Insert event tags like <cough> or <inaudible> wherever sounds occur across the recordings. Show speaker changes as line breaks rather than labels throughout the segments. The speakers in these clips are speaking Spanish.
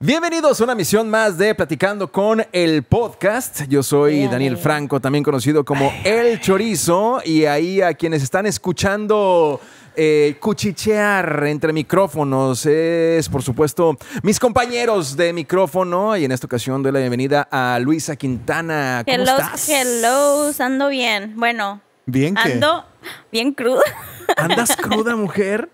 Bienvenidos a una misión más de Platicando con el podcast. Yo soy
Bien.
Daniel Franco, también conocido como El Chorizo, y ahí a quienes están escuchando eh, cuchichear entre micrófonos es, por supuesto, mis compañeros de micrófono, y en esta ocasión doy la bienvenida a Luisa Quintana. ¿Cómo
Hello,
estás?
hello, ando bien. Bueno,
Bien que.
ando bien cruda.
¿Andas cruda,
<laughs>
mujer?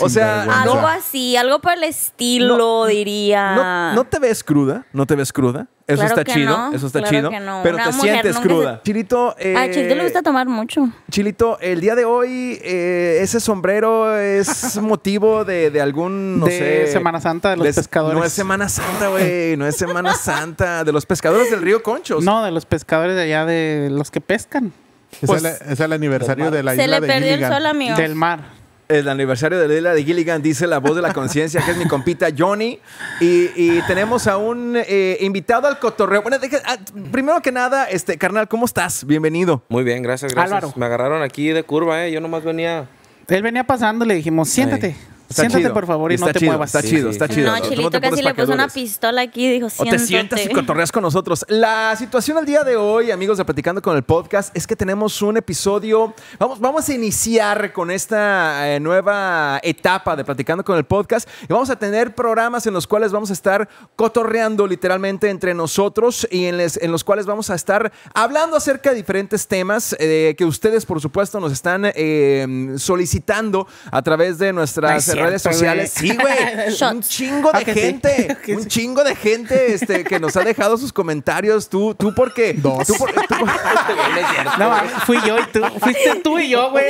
O sea,
Sinvergüenza.
no,
Algo así, algo por el estilo,
No,
diría.
no, no te ves cruda, no te ves cruda. Eso
Ah. Claro
está
que
chido,
no,
eso está
claro
chido.
que no.
Pero
Una
te
mujer
sientes
nunca se-
cruda. Chilito, eh,
A Chilito le gusta tomar mucho.
Chilito, el día de hoy, eh, ese sombrero
<laughs>
es motivo de, de algún, no
De
sé.
Semana Santa de los pescadores.
No es Semana Santa, güey. No es
<laughs>
Semana Santa. De los pescadores del río Conchos.
No, de los pescadores de allá, de los que pescan
Es,
Pues-
el, es el aniversario de la
Se le
isla de
perdió el
Gilligan.
sol, amigo.
del mar.
El aniversario de la isla de Gilligan, dice la voz de la conciencia, que es mi compita Johnny. Y, y tenemos a un eh, invitado al cotorreo. Bueno, deja- ah, primero que nada, este, carnal, ¿cómo estás? Bienvenido.
Muy bien, gracias, gracias.
Álvaro.
Me agarraron aquí de curva, ¿eh? Yo nomás venía.
Él venía pasando, le dijimos, siéntate,
Está
siéntate
chido.
por favor y,
Está
no te
chido,
muevas.
Está
Sí,
chido,
sí.
está chido.
no,
Tú te
Chilito
pones
casi le
pa' que
puso una
dures.
pistola aquí y dijo,
O
siéntate.
te sientas y cotorreas con nosotros. La situación al día de hoy, amigos de Platicando con el Podcast, es que tenemos un episodio. Vamos, vamos a iniciar con esta eh, nueva etapa de Platicando con el Podcast y vamos a tener programas en los cuales vamos a estar cotorreando literalmente entre nosotros y en, les- en los cuales vamos a estar hablando acerca de diferentes temas eh, que ustedes, por supuesto, nos están eh, solicitando a través de
No
nuestras
es cierto,
redes sociales.
güey.
Sí, güey. Un
Shots.
chingo
Ah,
de
que sí.
gente.
<laughs> Que
Un
sí.
chingo de gente este, que nos ha dejado sus comentarios. Tú, tú porque.
Dos.
Tú por- tú por- <laughs>
No, mames, fui yo y tú, fuiste tú y yo, güey.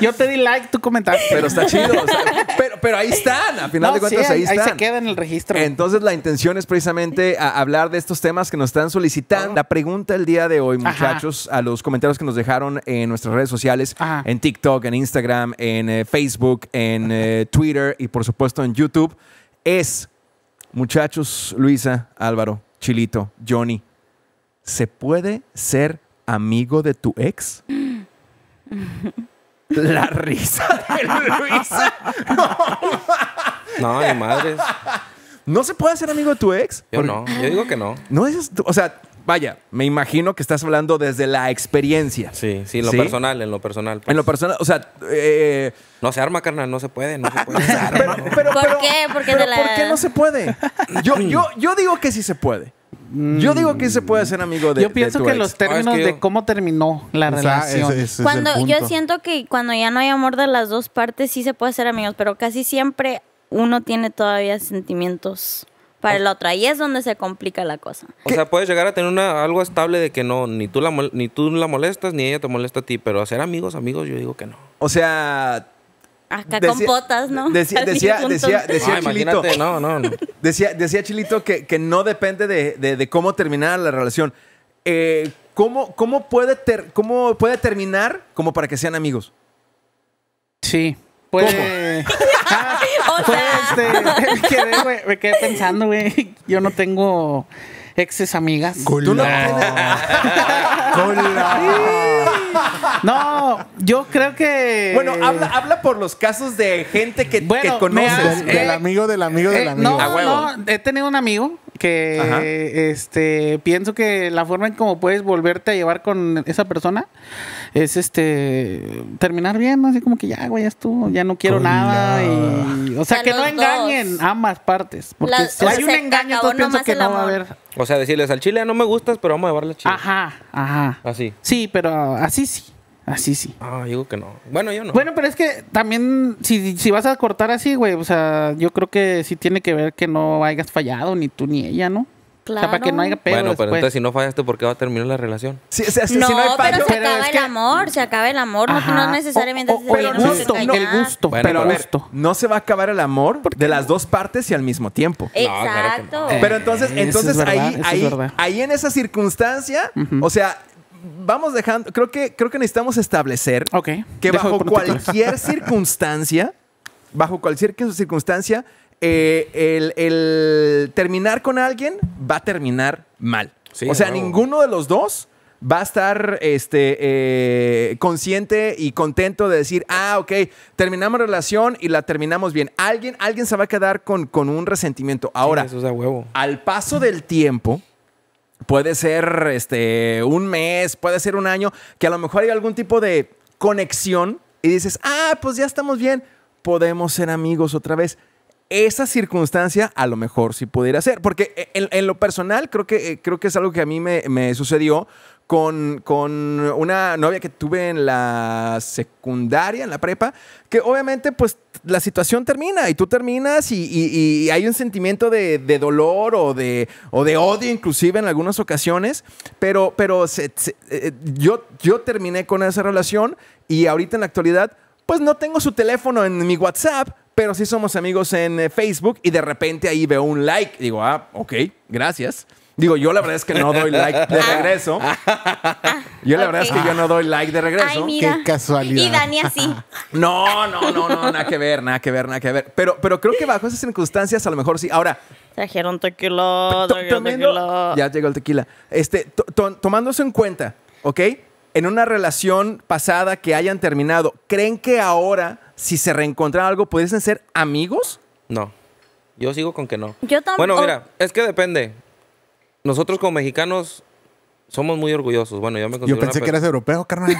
Yo te di like, tú comentaste.
pero está chido. o sea, pero, pero ahí están. A final
No,
de cuentas,
sí,
ahí, están.
se queda en el registro.
Entonces, la intención es precisamente a- hablar de estos temas que nos están solicitando. La pregunta el día de hoy,
Oh. Ajá.
muchachos, a los comentarios que nos dejaron en nuestras redes sociales,
Ajá.
en TikTok, en Instagram, en eh, Facebook, en eh, Twitter y, por supuesto, en YouTube, es, muchachos, Luisa, Álvaro, Chilito, Johnny, ¿se puede ser amigo de tu
<laughs>
ex? La risa de Luisa.
No, ni madres.
¿No se puede ser amigo de tu ex?
Yo no. Yo digo que no.
No es, o sea, vaya, me imagino que estás hablando desde la experiencia.
Sí, sí, en lo personal, en lo personal. pues.
En lo personal, o sea, eh,
No se arma, carnal, no se puede, no se puede.
<laughs> pero, pero-
<laughs> ¿Por
pero-
qué? Porque
pero
te la-
¿por qué no se puede?
<laughs>
Yo, yo, yo digo que sí se puede. Yo digo que sí se puede ser amigo de
yo pienso
de tu
que
ex.
los términos
Ah, es que
de
yo-
cómo terminó la
O sea, ese-
relación.
ese es el
Cuando, yo
punto.
siento que cuando ya no hay amor de las dos partes, sí se puede ser amigos, pero casi siempre uno tiene todavía sentimientos para el otro. Ahí es donde se complica la cosa.
O sea, puedes llegar a tener una, algo estable de que no, ni tú, la, mol- ni tú la molestas, ni ella te molesta a ti, pero hacer amigos, amigos, yo digo que no.
O sea,
Acá con
decía-
botas, ¿no?
decía-
<laughs> Así
decía-
juntos.
decía- decía- Chilito.
No, Ah, imagínate, no, no, no.
decía, decía Chilito que, que no depende de, de- de cómo terminar la relación. Eh, ¿cómo, cómo, puede ter- ¿Cómo puede terminar como para que sean amigos?
Sí. Puede. Ah,
<laughs> O
puede,
sea.
este, <laughs> me, quedé, güey, me quedé pensando, güey. Yo no tengo exes amigas.
Tú no
Culo.
<laughs>
Culo.
No, yo creo que.
Bueno, habla, habla por los casos de gente que,
Bueno,
que
me
conoces. eh,
has-
Del, del amigo del amigo del
Eh,
amigo.
No,
A huevo.
no, he tenido un amigo que
Ajá.
este pienso que la forma en cómo puedes volverte a llevar con esa persona es este terminar bien, ¿no? así como que ya, güey, ya estuvo, ya no quiero
Con
nada y o sea,
A
que no
los
engañen
dos.
ambas partes, porque
La-
si
o
hay
sea,
un
se
engaño,
acabó
entonces pienso
nomás
que
el
no va a
amor.
haber.
O sea, decirles, al chile no me gustas, pero vamos a llevarle chile.
Ajá, ajá.
Así.
Sí, pero así sí. Así sí.
Ah, digo que no. Bueno, yo no.
Bueno, pero es que también, si, si vas a cortar así, güey, o sea, yo creo que sí tiene que ver que no hayas fallado, ni tú ni ella, ¿no? O sea, para que no haya
Claro.
pedo
bueno, pero
después.
entonces si no fallaste, ¿por qué va a terminar la relación?
Si, si- este, si-
No,
si no hay
pero
fallo-
se
Pero
acaba
es
el
que-
amor, se acaba el amor, pues no,
Ajá.
no necesariamente
O- o- o el
terminamos de
gusto,
engañar.
el gusto,
Bueno,
pero
pero a ver,
gusto.
no se va a acabar el amor de las dos partes y al mismo tiempo.
No, claro que no.
Exacto.
Pero entonces,
eso es
entonces
verdad,
ahí,
eso es
ahí,
verdad.
ahí en esa circunstancia, o sea, vamos dejando, creo que, creo que necesitamos establecer
Ok.
que
Dejo de
bajo
poner tu
<laughs>
cualquier circunstancia, bajo cualquier que- circunstancia, eh, el, el terminar con alguien va a terminar mal.
Sí,
o sea,
a huevo.
ninguno de los dos va a estar este, eh, consciente y contento de decir, ah, ok, terminamos relación y la terminamos bien. Alguien, alguien se va a quedar con, con un resentimiento. Ahora,
Eso es a huevo.
al paso del tiempo, puede ser este, un mes, puede ser un año, que a lo mejor hay algún tipo de conexión y dices, ah, pues ya estamos bien, podemos ser amigos otra vez. Esa circunstancia a lo mejor sí pudiera ser, porque en, en lo personal creo que, eh, creo que es algo que a mí me, me sucedió con, con una novia que tuve en la secundaria, en la prepa, que obviamente pues la situación termina y tú terminas y, y- y hay un sentimiento de, de dolor o de, o de odio inclusive en algunas ocasiones, pero, pero se- se- eh, yo, yo terminé con esa relación y ahorita en la actualidad pues no tengo su teléfono en mi WhatsApp, pero sí somos amigos en eh, Facebook y de repente ahí veo un like. Digo, ah, ok, gracias. Digo, yo la verdad es que no doy like de regreso. Yo la verdad es que
ok.
yo no doy like de regreso.
Ay, mira.
Qué casualidad.
Y Dani así.
No, no, no, no, nada que ver, nada que ver, nada que ver. Pero, pero creo que bajo esas circunstancias a lo mejor sí. Ahora,
Trajeron tequila,
to-
trajeron
tomando,
tequila.
ya llegó el tequila. Este, to- to- tomando eso en cuenta, ¿ok? En una relación pasada que hayan terminado, ¿creen que ahora, si se reencontraran algo, pudiesen ser amigos?
No. Yo sigo con que no.
Yo tampoco-
Bueno, mira, es que depende. Nosotros como mexicanos somos muy orgullosos. Bueno, yo me
Yo
considero
pensé
una
que
pe-
eras europeo,
<laughs>
carnal.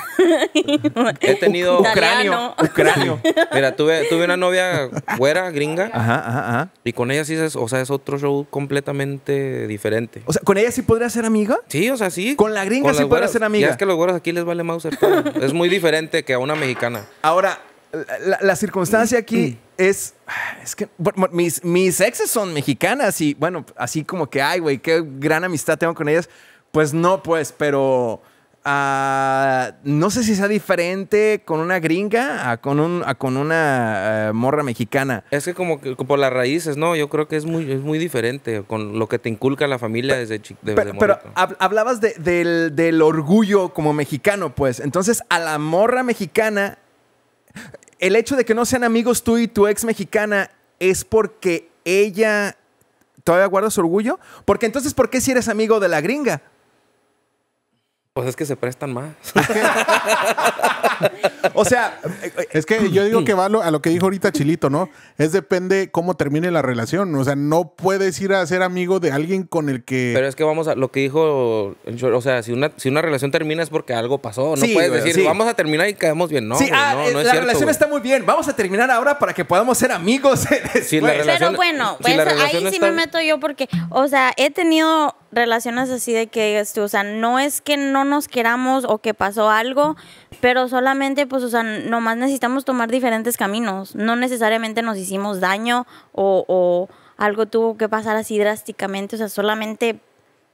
He tenido...
Dale.
Ucranio,
Italiano. <laughs>
ucranio.
Mira, tuve, tuve una novia
<laughs>
güera, gringa,
Ajá, ajá, ajá.
y con ella sí es, o sea, es otro show completamente diferente.
O sea, ¿con ella sí podría ser amiga?
Sí, o sea, sí.
Con la gringa sí
las
podrás
güeras.
ser amiga.
Ya es que los güeros aquí les vale Mauser. todo.
<laughs>
es muy diferente que a una mexicana.
Ahora, la, la- la circunstancia aquí es. Es que bueno, mis, mis exes son mexicanas y, bueno, así como que, ay, güey, qué gran amistad tengo con ellas. Pues no, pues, pero. ah, no sé si sea diferente con una gringa a con, un, a con una eh, morra mexicana.
Es que como que por las raíces, no, yo creo que es muy, es muy diferente con lo que te inculca la familia desde chico.
Pero, pero hab- hablabas de- del, del orgullo como mexicano, pues. Entonces, a la morra mexicana, el hecho de que no sean amigos tú y tu ex mexicana es porque ella todavía guarda su orgullo. Porque entonces, ¿por qué si eres amigo de la gringa?
Pues es que se prestan más.
O
<laughs>
sea, eh,
Es que yo digo que va a lo, a lo que dijo ahorita Chilito, ¿no? Es depende cómo termine la relación. O sea, no puedes ir a ser amigo de alguien con el que.
Pero es que vamos a lo que dijo, el Chor- o sea, si una, si una relación termina es porque algo pasó. No
Sí,
puedes
güey,
decir,
sí.
vamos a terminar y quedamos bien. No,
sí,
güey,
ah,
no,
eh,
no es
la
cierto,
relación
güey.
está muy bien. Vamos a terminar ahora para que podamos ser amigos. <laughs>
Sí, la
después.
Pero
relación-
bueno,
si la
pues, ahí
relación
sí
está-
me meto yo porque, o sea, he tenido relaciones así de que, este, o sea, no es que no nos queramos o que pasó algo, pero solamente, pues, o sea, nomás necesitamos tomar diferentes caminos. No necesariamente nos hicimos daño o, o algo tuvo que pasar así drásticamente, o sea, solamente,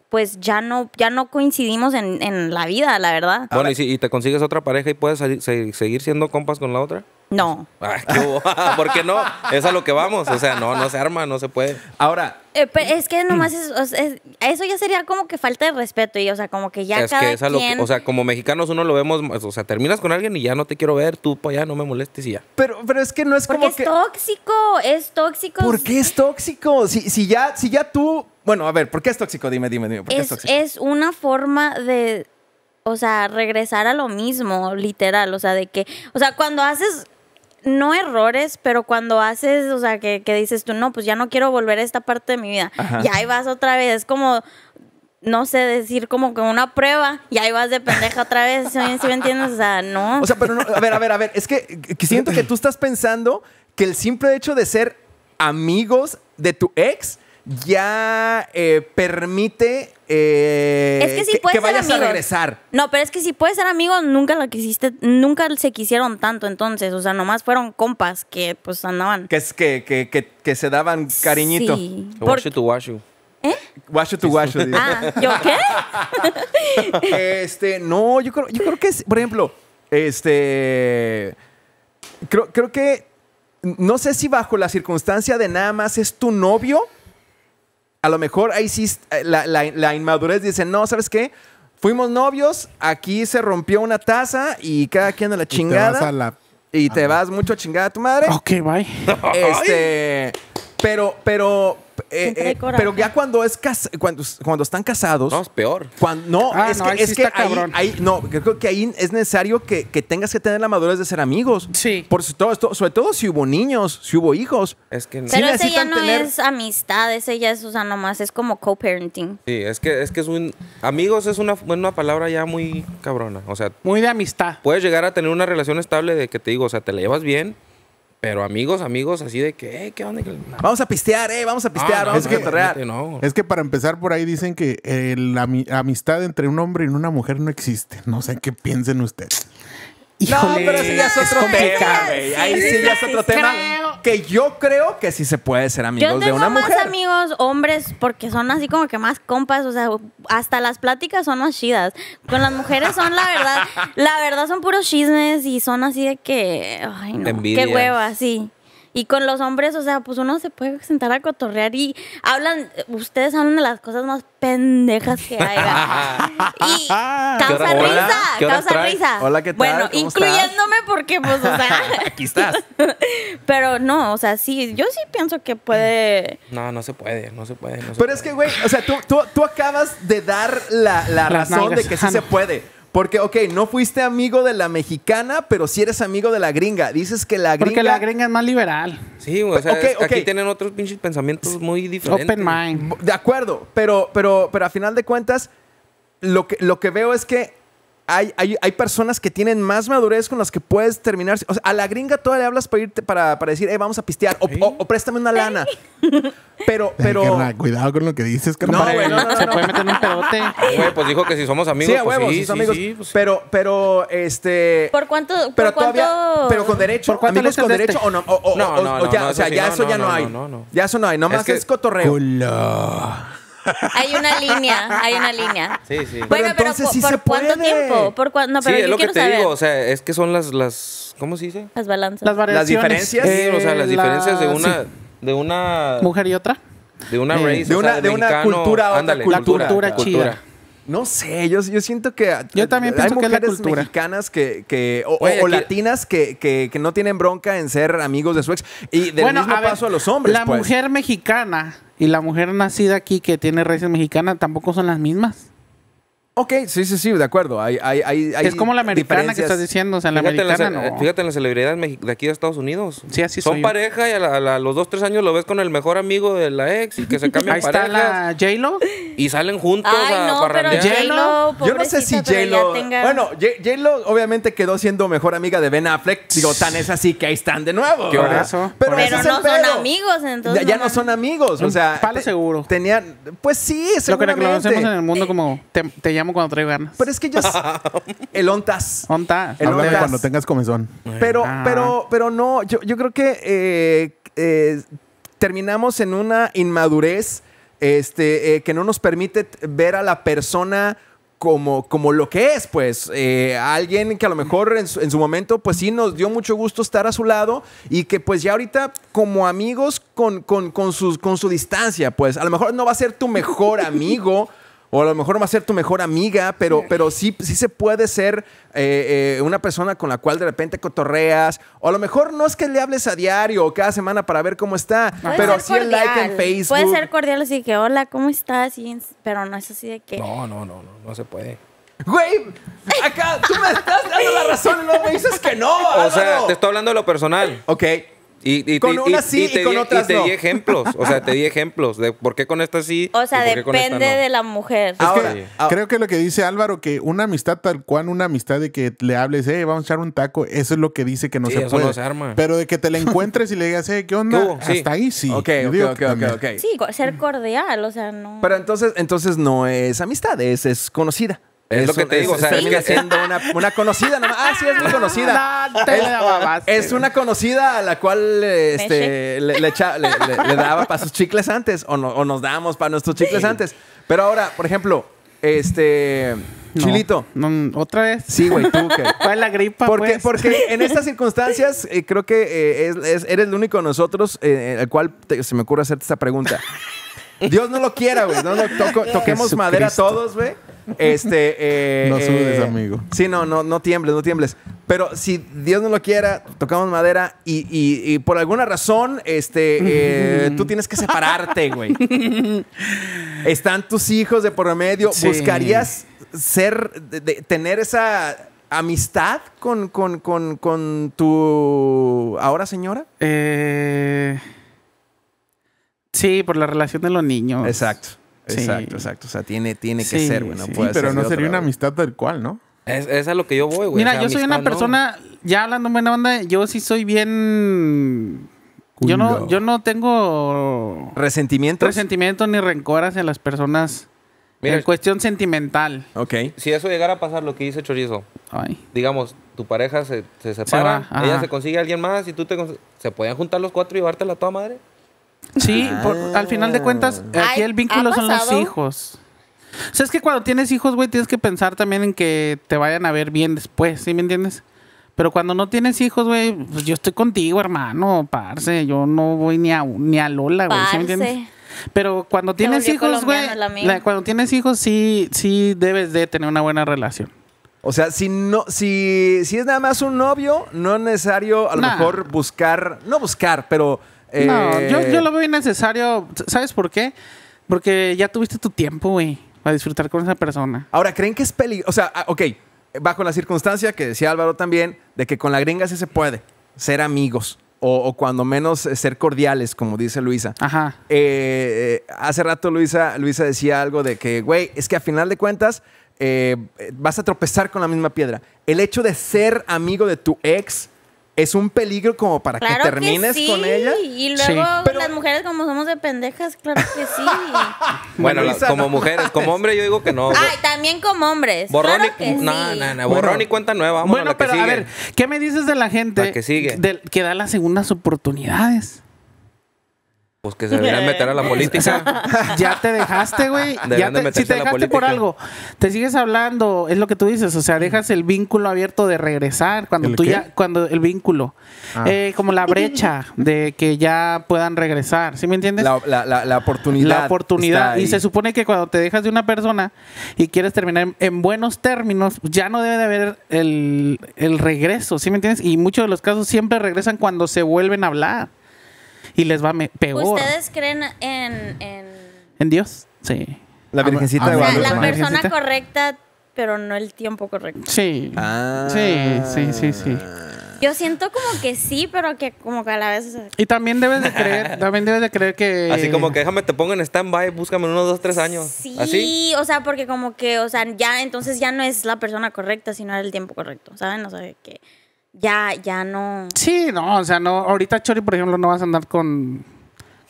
pues, ya no, ya no coincidimos en, en la vida, la verdad.
Bueno, y, si, y te consigues otra pareja y puedes salir- se- seguir siendo compas con la otra. <laughs>
No.
Ah, qué bo- <laughs> ¿Por qué no? Es a lo que vamos. O sea, no, no se arma, no se puede.
Ahora,
Eh, pero es que nomás es, o sea, es- eso ya sería como que falta de respeto y o sea como que ya
es
cada
que es a lo que-
quien-
o sea, como mexicanos uno lo vemos, más, o sea, terminas con alguien y ya no te quiero ver, tú para allá no me molestes y ya.
pero, pero es que no es
Porque
como
es
que.
tóxico, es tóxico.
¿Por qué es tóxico? Si, si, ya, si ya tú. Bueno, a ver, ¿por qué es tóxico? Dime, dime, dime. ¿Por qué es,
Es,
tóxico?
es una forma de, o sea, regresar a lo mismo, literal. O sea, de que, o sea, cuando haces, no errores, pero cuando haces, o sea, que, que dices tú, no, pues ya no quiero volver a esta parte de mi vida.
Ajá.
Y ahí vas otra vez, es como, no sé, decir como que una prueba y ahí vas de pendeja otra vez. ¿Sí, sí me entiendes? O sea, no.
O sea, pero no, a ver, a ver, a ver, es que, que siento que tú estás pensando que el simple hecho de ser amigos de tu ex ya eh, permite eh,
Es que sí puede
que
ser
vayas a
amigos.
regresar.
No, pero es que si puedes ser amigos, nunca la quisiste, nunca se quisieron tanto entonces. O sea, nomás fueron compas que pues andaban.
Que, es que, que, que, que se daban cariñito.
Sí. Por-
Washu to washu.
Guacho tu guacho. dice.
Ah, ¿yo qué?
Este, no, yo creo, yo creo que, es- por ejemplo, este, creo, creo que, no sé si bajo la circunstancia de nada más es tu novio, a lo mejor ahí sí eh, la, la- la inmadurez dice, no, ¿sabes qué? Fuimos novios, aquí se rompió una taza y cada quien a la
y te vas a
chingada.
la-
Y
<laughs>
te vas mucho a chingada a tu madre.
Ok, bye.
Este. Pero, pero. eh, eh,
Siempre hay
eh,
coraje.
pero ya cuando es cas- cuando, cuando están casados.
No, es peor.
Cuando, no,
Ah,
es
no,
que,
ahí
es
sí
que
está
ahí-
cabrón.
ahí- no, creo que ahí es necesario que, que tengas que tener la madurez de ser amigos.
Sí.
Por su- todo esto, sobre todo si hubo niños, si hubo hijos.
Es que no.
Sí
Pero ese ya
necesitan
no
tener-
es amistad, ese ya es, o sea, nomás es como co-parenting.
Sí, es que es que es un amigos es una, una palabra ya muy cabrona. O sea,
Muy de amistad.
puedes llegar a tener una relación estable de que te digo, o sea, te la llevas bien, pero amigos, amigos, así de que, "Ey, ¿qué onda? Que- no".
Vamos a pistear, eh, vamos a pistear,
Ah, no,
vamos
no,
a cotorrear.
realmente no.
Es que para empezar por ahí dicen que eh, la ami- amistad entre un hombre y una mujer no existe. No sé qué piensen ustedes.
No,
Híjole.
pero ese ya es otro tema,
complicado.
güey. Ahí
Sí,
sí ya es otro
sí,
tema.
creo.
Que yo creo que sí se puede ser
Yo
amigos de
tengo
una
más
mujer.
amigos hombres porque son así como que más compas, o sea, hasta las pláticas son más chidas. Con las mujeres son la
<laughs>
verdad, la verdad son puros chismes y son así de que, ay no,
Envidias.
qué hueva, sí. Y con los hombres, o sea, pues uno se puede sentar a cotorrear y hablan, ustedes hablan de las cosas más pendejas que
<laughs>
hay. y causa
horas-
risa,
qué horas
causa
traes?
risa.
Hola, ¿qué tal?
Bueno,
¿Cómo estás?
incluyéndome porque pues, o sea,
<laughs> Aquí
<laughs>
estás.
pero no, o sea, sí, yo sí pienso que puede...
No, no se puede, no se puede. no se
Pero es que, güey, o sea, tú, tú, tú acabas de dar la, la
Las
razón de
nalgas.
que sí
Ah,
se
no.
puede. Porque, ok, no fuiste amigo de la mexicana, pero sí eres amigo de la gringa. Dices que la gringa.
Porque la gringa es más liberal.
Sí, güey, o sea,
Ok,
es- aquí
ok.
tienen otros pinches pensamientos muy diferentes.
Open mind.
De acuerdo, pero, pero, pero a final de cuentas, lo que, lo que veo es que hay, hay, hay personas que tienen más madurez con las que puedes terminar. O sea, a la gringa todavía le hablas para irte para, para decir, eh, vamos a pistear, o, o- o préstame una lana. Pero,
Ay,
pero.
carnal, cuidado con lo que dices,
No,
carnal.
güey, no, no, no,
Se
no.
puede meter en un pedote.
Güey, pues dijo que si somos amigos,
sí, a
pues
huevos,
sí,
sí, son
sí,
amigos.
sí, pues sí.
Pero, pero, este.
¿Por cuánto?
pero
por cuánto-
todavía. Pero con derecho.
¿Por cuánto
amigos
le
con
entendiste?
derecho o no. O, o-
No,
o-
no,
o ya,
no,
o sea,
eso sí,
ya
no,
eso ya
no,
no
no,
hay.
no, no.
Ya eso no hay. Nomás es,
que-
cotorreo.
Culo.
Hay una línea, hay
<laughs>
una línea.
Sí, sí.
Bueno, pero,
entonces
¿por,
sí
por
se
cuánto
puede.
tiempo? ¿Por cua- No,
sí,
pero
es
yo
lo que
quiero
te
saber.
digo, o sea, es que son las, las ¿cómo se dice?
Las balanzas.
Las variaciones. eh,
diferencias.
Sí, o sea, las
la-
diferencias de una,
sí,
de una,
mujer y otra.
de una
Sí.
race,
De
o sea,
una- de una
mexicano,
cultura a otra
ándale,
cultura.
La cultura chida.
No sé, yo, yo siento que ah,
Yo también
hay
pienso que es la
mujeres
cultura.
mexicanas que, que o,
Oye,
o
aquí-
latinas que, que, que no tienen bronca en ser amigos de su ex y del mismo
ver,
paso a los hombres.
La
pues.
mujer mexicana y la mujer nacida aquí que tiene raíces mexicanas tampoco son las mismas.
Ok, sí, sí, sí, de acuerdo. Hay, hay, hay, hay
es como la americana que
diferencias.
estás diciendo. O sea, la
Fíjate en, las,
americana no.
fíjate en las celebridades mexi- de aquí de Estados Unidos.
Sí, así
Son
soy yo.
pareja y a, la- a la- a los dos, tres años lo ves con el mejor amigo de la ex y
<laughs>
que se cambian
Ahí está
parejas
la J-Lo.
y salen juntos
Ay, no,
a
pero
parrandear.
J-Lo,
J-Lo,
Yo no sé si
Oh, pobrecita, pero ya
J-Lo.
tenga-
Bueno, J- J-Lo obviamente quedó siendo mejor amiga de Ben Affleck. Digo, tan es así que ahí están de nuevo.
Qué
¿verdad?
brazo.
Pero,
Pero
ese es el
no
pedo.
son amigos, entonces.
ya, ya no son amigos. O
Un
sea.
palo seguro.
Tenían. Pues sí,
Lo que reconocemos en
seguramente.
el mundo como te, te llamo cuando traigo ganas.
Pero es
<laughs>
que yo. el ontas.
Onta.
El
Háblame
Honduras.
cuando tengas comezón.
Pero,
Ah.
pero, pero no, yo, yo creo que eh, eh, terminamos en una inmadurez este, eh, que no nos permite t- ver a la persona como, como lo que es, pues. Eh, alguien que a lo mejor en su, en su momento, pues sí, nos dio mucho gusto estar a su lado y que pues ya ahorita como amigos con, con, con, sus, con su distancia, pues a lo mejor no va a ser tu mejor amigo. O a lo mejor no va a ser tu mejor amiga, pero, pero sí, sí se puede ser eh, eh, una persona con la cual de repente cotorreas. O a lo mejor no es que le hables a diario o cada semana para ver cómo está,
Puede
pero
ser
sí el like en
cordial.
Facebook.
Puede ser cordial así que, hola, ¿cómo estás? Y- pero no es así de que.
No, no, no, no, no se puede.
Güey, acá tú me estás dando la razón y no me dices que
<laughs>
no.
O sea,
Álvaro.
te estoy hablando de lo personal.
Ok.
Y, y-
Con
y-
unas
y-
sí
y te
y con
di-
otras
y te
no.
di ejemplos. O sea, te di ejemplos de por qué con esta sí.
O sea,
y por qué con esta
depende
no.
de la mujer.
Ah,
Es que
Ahora,
sí.
ah-
creo que lo que dice Álvaro, que una amistad tal cual, una amistad de que le hables, eh, vamos a echar un taco, eso es lo que dice que no
Sí,
se
eso
puede.
no se arma.
Pero de que
<laughs>
te la encuentres y le digas, eh, ¿qué onda?
¿Qué hubo? Sí.
Hasta ahí sí.
Ok,
Yo
ok,
digo
ok,
que también.
ok, ok.
Sí, co- ser cordial, o sea, no.
Pero entonces, entonces no es amistad, es, es conocida.
Es lo
un-
que te digo, o sea,
termina
es que- <laughs>
siendo una, una conocida nomás. Ah, sí, es muy conocida.
No, te la babaste.
Es una conocida a la cual eh, este, le, le echa- le- le- le daba para sus chicles antes, o, no- o nos dábamos para nuestros chicles antes. Pero ahora, por ejemplo, este
No.
Chilito.
No, Otra vez.
Sí, güey, tú que.
<laughs> ¿Cuál es la gripa?
Porque,
pues?
porque en estas circunstancias eh, creo que eh, es- es- eres el único de nosotros eh, al cual te- se me ocurre hacerte esta pregunta. Dios no lo quiera, güey. No, lo toco- toquemos
Jesucristo.
madera todos, güey. Este, eh,
No sudes,
eh,
amigo.
Sí, no, no, no tiembles, no tiembles. Pero si Dios no lo quiera, tocamos madera y, y- y por alguna razón, este, eh, tú tienes que separarte, güey. Están tus hijos de por medio.
Sí.
¿Buscarías ser, de- de- tener esa amistad con, con, con, con tu ahora señora?
Eh, sí, por la relación de los niños.
Exacto.
Oh. Sí.
Exacto, exacto. O sea, tiene, tiene que
Sí,
ser, güey. No
sí.
puede
pero
ser
no
de
sería
otra,
una
güey.
amistad tal cual, ¿no?
Es, es a lo que yo voy, güey.
Mira,
o sea,
yo soy
amistad,
una
¿no?
persona, ya hablando en buena onda, yo sí soy bien... Yo no,
Cuidado.
yo no tengo
¿Resentimientos?
resentimiento ni rencor hacia las personas
Mira,
en cuestión sentimental.
ok.
si eso llegara a pasar, lo que dice Chorizo,
Ay.
digamos, tu pareja se, se
va,
separa, ella
ajá.
se consigue a alguien más y tú te... cons- ¿Se podían juntar los cuatro y llevártela a toda madre?
Sí, por- al final de cuentas, aquí
Ay,
el vínculo
¿ha
son los
pasado?
hijos. O sea, es que cuando tienes hijos, güey, tienes que pensar también en que te vayan a ver bien después, ¿sí me entiendes? Pero cuando no tienes hijos, güey, pues yo estoy contigo, hermano, parce. Yo no voy ni a, ni a Lola, güey, ¿sí me entiendes?
Parce.
Pero cuando tienes
volvió
hijos, güey,
colombiana la mía.
la- cuando tienes hijos, sí, sí debes de tener una buena relación.
O sea, si no, si, si es nada más un novio, no es necesario a lo
Nah.
mejor buscar, no buscar, pero.
No,
eh,
yo, yo lo veo innecesario. ¿Sabes por qué? Porque ya tuviste tu tiempo, güey, para disfrutar con esa persona.
Ahora, ¿creen que es peligroso? O sea, ah, ok, bajo la circunstancia que decía Álvaro también, de que con la gringa sí se puede ser amigos o, o cuando menos eh, ser cordiales, como dice Luisa.
Ajá.
Eh, eh, hace rato Luisa, Luisa decía algo de que, güey, es que a final de cuentas eh, eh, vas a tropezar con la misma piedra. El hecho de ser amigo de tu ex es un peligro como para
Claro
que termines
sí.
con ella.
Y luego
Sí.
Pero-
las mujeres como somos de pendejas, claro que sí.
Bueno, la-
Luisa,
como
no
mujeres, como hombre yo digo que no.
Ay, también como hombres.
Borrón
claro
y...
que
no,
sí.
no, no, borrón y cuenta nueva, vámonos a
bueno,
la que
pero a
sigue.
ver, ¿qué me dices de la gente
La que sigue.
del- que da las segundas oportunidades?
Pues que se deberían meter
<laughs>
a la
O
política.
sea, <laughs> ya te dejaste, güey. Ya
Deberían de
te- Si
meterse
te
a la
dejaste por
política.
algo, te sigues hablando, es lo que tú dices, o sea, dejas el vínculo abierto de regresar cuando
¿El
tú
qué? Ah.
ya, cuando el vínculo, Eh, como la brecha de que ya puedan regresar, ¿sí me entiendes?
La, la- la- la oportunidad.
la oportunidad.
está
Y
ahí.
se supone que cuando te dejas de una persona y quieres terminar en, en buenos términos, ya no debe de haber el, el regreso, ¿sí me entiendes? Y muchos de los casos siempre regresan cuando se vuelven a hablar y les va me- peor.
¿Ustedes creen en, en-
¿En Dios? Sí.
La Virgencita
Ah,
de
o sea,
Guadalupe.
la
Guadalupe.
persona
Virgencita.
correcta, pero no el tiempo correcto?
Sí.
Ah.
Sí, sí, sí, sí.
Yo siento como que sí, pero que como que a la vez... o sea,
Y también debes de creer, también debes de creer que...
Así como que déjame te pongo en stand-by, búscame en unos dos, tres años.
Sí,
Así.
o sea, porque como que, o sea, ya entonces ya no es la persona correcta, sino el tiempo correcto, ¿saben? O sea, que ya, ya no...
Sí, no, o sea, no, ahorita Chori, por ejemplo, no vas a andar con,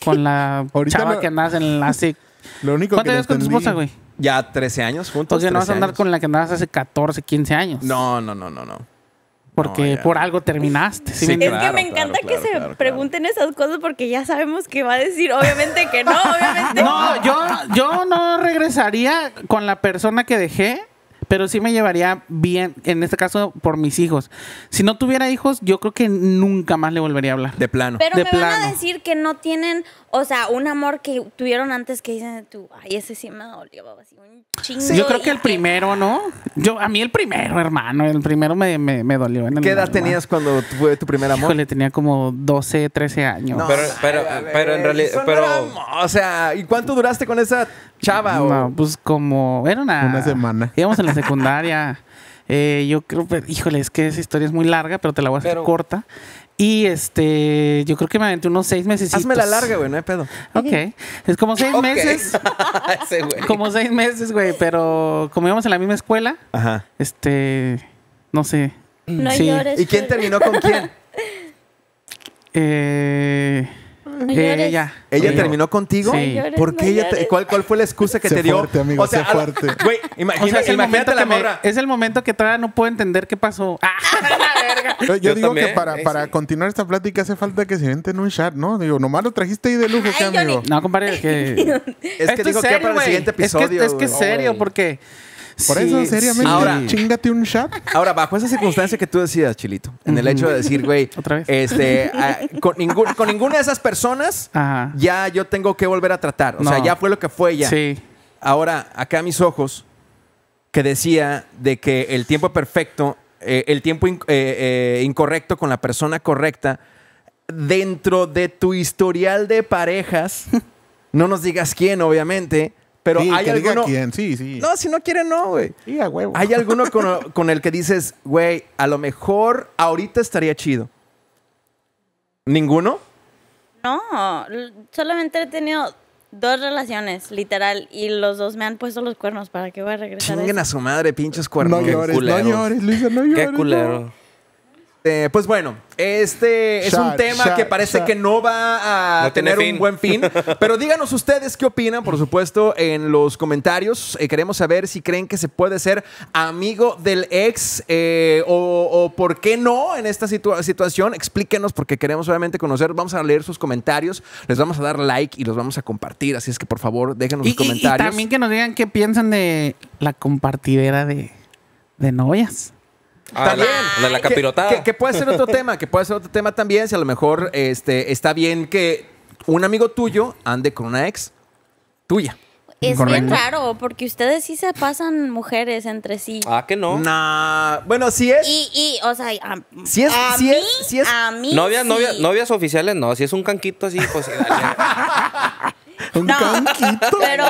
con la
Ahorita
chava
no-
que andas en la... hace-
Lo único
¿Cuánto
que le
llevas con tu
entendí-
esposa, güey?
Ya 13 años juntos.
Entonces Pues no vas a
13
andar
años.
con la que andabas hace 14, 15 años.
No, no, no, no, no.
Porque
ya.
por algo terminaste. ¿sí
Sí,
me
Es
entiendes?
Claro,
que me
claro,
encanta
claro,
que se
claro, claro.
pregunten esas cosas porque ya sabemos que va a decir, obviamente que no, obviamente
No, yo, yo no regresaría con la persona que dejé, pero sí me llevaría bien, en este caso, por mis hijos. Si no tuviera hijos, yo creo que nunca más le volvería a hablar.
De plano.
Pero
De
me van
plano.
a decir que no tienen, o sea, un amor que tuvieron antes que dicen tú, ay, ese sí me dolió, así un chingo.
Yo creo que
y
el primero, ¿no? Yo, a mí el primero, hermano. El primero me, me, me dolió. En el
¿Qué edad
alma.
tenías cuando tu- fue tu primer amor?
Híjole, tenía como 12, 13 años.
Pero, pero, pero en realidad, pero...
O sea, ¿y cuánto duraste con esa chava? o-
No, pues como. Era una.
Una semana.
Íbamos en la
<laughs>
secundaria. Eh, yo creo, pero, híjole, es que esa historia es muy larga, pero te la voy a hacer
Pero-
corta. Y este, yo creo que me aventé unos seis meses.
Hazme la larga, güey, no hay pedo.
Ok. Es como seis
Ok. <laughs>
meses.
Ese güey.
Como seis meses, güey. Pero como íbamos en la misma escuela,
Ajá.
este, no sé.
No
Sí.
llores.
¿Y quién
Fer.
terminó con quién?
Eh,
llores.
ella.
¿Ella
Yo.
terminó contigo?
Sí. No
llores,
¿Por qué
no
ella te-
llores.
cuál, ¿Cuál fue la excusa que
Sé
te dio?
fuerte, amigo, sé
a-
fuerte.
Güey,
O
imagina-
sea, es,
imagínate
el momento
la
que me-
morra.
es el momento que todavía no puedo entender qué pasó. Ah, la verga.
Yo, yo
Yo
digo que
también,
para,
eh,
para
sí.
continuar esta plática hace falta que se vente en un chat, ¿no? Digo, nomás lo trajiste ahí de lujo, ¿qué,
Ay, Johnny.
amigo?
No,
<laughs>
compadre, que.
Es que
Esto
dijo que era para el
güey.
siguiente
Es que,
episodio.
es que es
güey.
serio,
güey.
porque.
Por
sí,
eso, seriamente,
sí.
Ahora-
chingate un chat.
Ahora, bajo esa circunstancia que tú decías, Chilito, en el hecho de decir, güey,
<laughs> Otra vez.
este, ah, con, ningún- con ninguna de esas personas,
Ajá.
ya yo tengo que volver a tratar. O sea,
No.
ya fue lo que fue ya.
Sí.
Ahora, acá a mis ojos, que decía de que el tiempo perfecto eh, el tiempo inc- eh, eh, incorrecto con la persona correcta, dentro de tu historial de
<laughs>
parejas, no nos digas quién, obviamente, pero
Sí,
hay
que diga
alguno...
quién. Sí, sí.
No, si no quiere, no, güey.
Sí, a huevo.
¿Hay alguno con, con el que dices, güey, a lo mejor ahorita estaría chido? ¿Ninguno?
No, l- solamente he tenido dos relaciones, literal, y los dos me han puesto los cuernos para que voy a regresar. a
Chinguen
eso?
a su madre, pinches cuernos.
no llores, no
culeros.
llores, Luisa, no llores.
Qué
no.
culero.
Eh, pues bueno, este es un
Shark,
tema
shark,
que parece
shark.
que no va a
No tiene
tener un
fin.
buen
<laughs>
fin. Pero díganos ustedes qué opinan, por supuesto, en los comentarios. Eh, queremos saber si creen que se puede ser amigo del ex eh, o, o por qué no en esta situa- situación. Explíquenos porque queremos obviamente conocer. Vamos a leer sus comentarios, les vamos a dar like y los vamos a compartir. Así es que por favor, déjenos
Y,
sus
y- y
comentarios.
también que nos digan qué piensan de la compartidera de, de novias.
Ah, la- la, la
Que-
capirotada.
Que, que puede ser
<laughs>
otro tema, que puede ser otro tema también. Si a lo mejor este, está bien que un amigo tuyo ande con una ex tuya.
Es bien
Correcto.
raro, porque ustedes sí se pasan mujeres entre sí.
Ah, que no.
Nah, bueno, si es.
Y, y, o sea, a,
Si es-
a
si
mí,
es- si es-
a mí
Novias,
sí.
novias, novias oficiales, no. Si es un canquito así, pues.
<laughs>
dale.
Un
No.
canquito.
Pero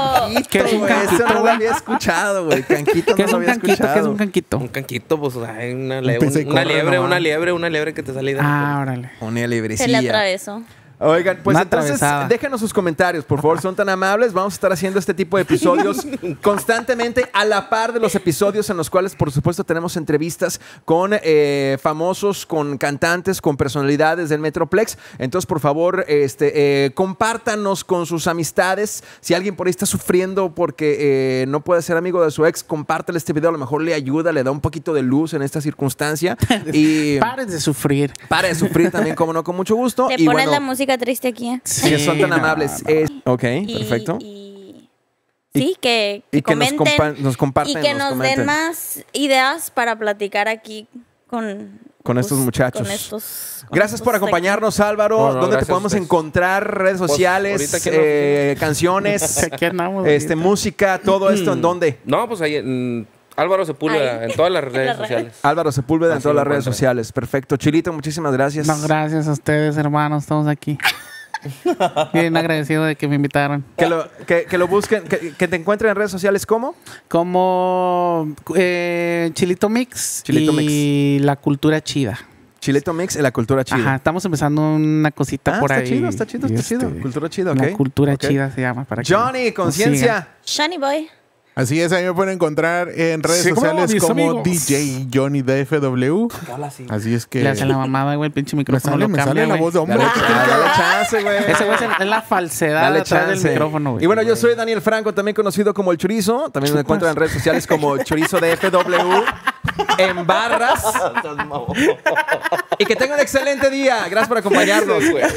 ¿Qué es un
güey, eso
canquito,
no lo
güey?
había escuchado, güey. Canquito
¿Qué
no
es
lo
un
había
canquito? ¿Qué es
escuchado.
un canquito?
un canquito, pues, ay, una, le-
Empieza y
una
corre
liebre,
nomás.
una liebre, una liebre que te sale. de-
Ah, órale.
Una
se le
librecilla.
atravesó.
Oigan, pues
Una
entonces
atravesada.
déjenos sus comentarios, por favor, son tan amables. Vamos a estar haciendo este tipo de episodios constantemente a la par de los episodios en los cuales, por supuesto, tenemos entrevistas con eh, famosos, con cantantes, con personalidades del Metroplex. Entonces, por favor, este, eh, compártanos con sus amistades. Si alguien por ahí está sufriendo porque eh, no puede ser amigo de su ex, compártele este video. A lo mejor le ayuda, le da un poquito de luz en esta circunstancia. Y
Paren de sufrir.
para de sufrir también, como no, con mucho gusto.
Te
y
pones
bueno,
la música triste aquí. ¿eh?
Sí, que son tan
no,
amables.
no.
Es- ok,
Y-
perfecto.
Y, sí, que,
y que nos
comenten
compa- nos compartan,
y que
nos
nos
comenten.
den más ideas para platicar aquí con, pues,
Con estos muchachos.
con estos- con
Gracias por
estos
acompañarnos, Álvaro.
No, no,
¿Dónde te
gracias a
podemos
ustedes.
encontrar? Redes
Pues,
sociales,
ahorita que no-
eh, canciones,
<laughs> Aquí andamos.
este,
ahorita. Mm.
música, todo esto, ¿en dónde?
No, pues ahí en Álvaro Sepúlveda,
Ahí.
en todas las
<laughs> En
redes
las redes.
sociales.
Álvaro Sepúlveda en
Así
todas
lo
las redes
encuentran.
sociales. Perfecto. Chilito, muchísimas gracias.
No, gracias a ustedes, hermanos.
<laughs>
Estamos aquí. Bien agradecido de que me invitaron.
Que lo, que, que lo busquen, que, que te encuentren en redes sociales, ¿cómo?
Como eh, Chilito Mix
Chilito
y La Cultura Chida.
Chilito Mix en la cultura chida.
Ajá, estamos empezando una cosita
Ah,
por
está
ahí. este,
chido, está chido, está chido. Cultura chida, ok.
La Cultura
Ok.
Chida se llama. Para que
Johnny,
nos sigan.
conciencia.
Shiny Boy.
Así es, ahí me pueden encontrar en redes
Sí, ¿cómo no,
sociales
mis
como
amigos?
DJ Johnny DFW.
Hola, sí.
Así es que.
Le hace la mamada, güey, el pinche
me
micrófono.
sale,
lo
me
cambia,
sale la
güey.
voz de hombre.
Dale,
¿Qué
chance,
tiene que
dale
ver?
chance, güey.
Ese güey es, el- es la falsedad
Dale
atrás
chance.
del micrófono, güey.
Y bueno, yo soy Daniel Franco, también conocido como El Chorizo. También me encuentro en redes sociales como Chorizo de FW en barras. y que tengan un excelente día. Gracias por acompañarnos.
Adiós.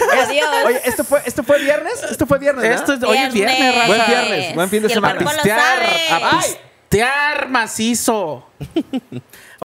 Oye, ¿esto fue, ¿esto fue viernes? ¿Esto fue viernes, ¿verdad?
Esto es, hoy es viernes, raza.
Buen viernes, buen fin de
Y el
semana.
cuerpo lo
Pistear,
sabe.
a pistear macizo.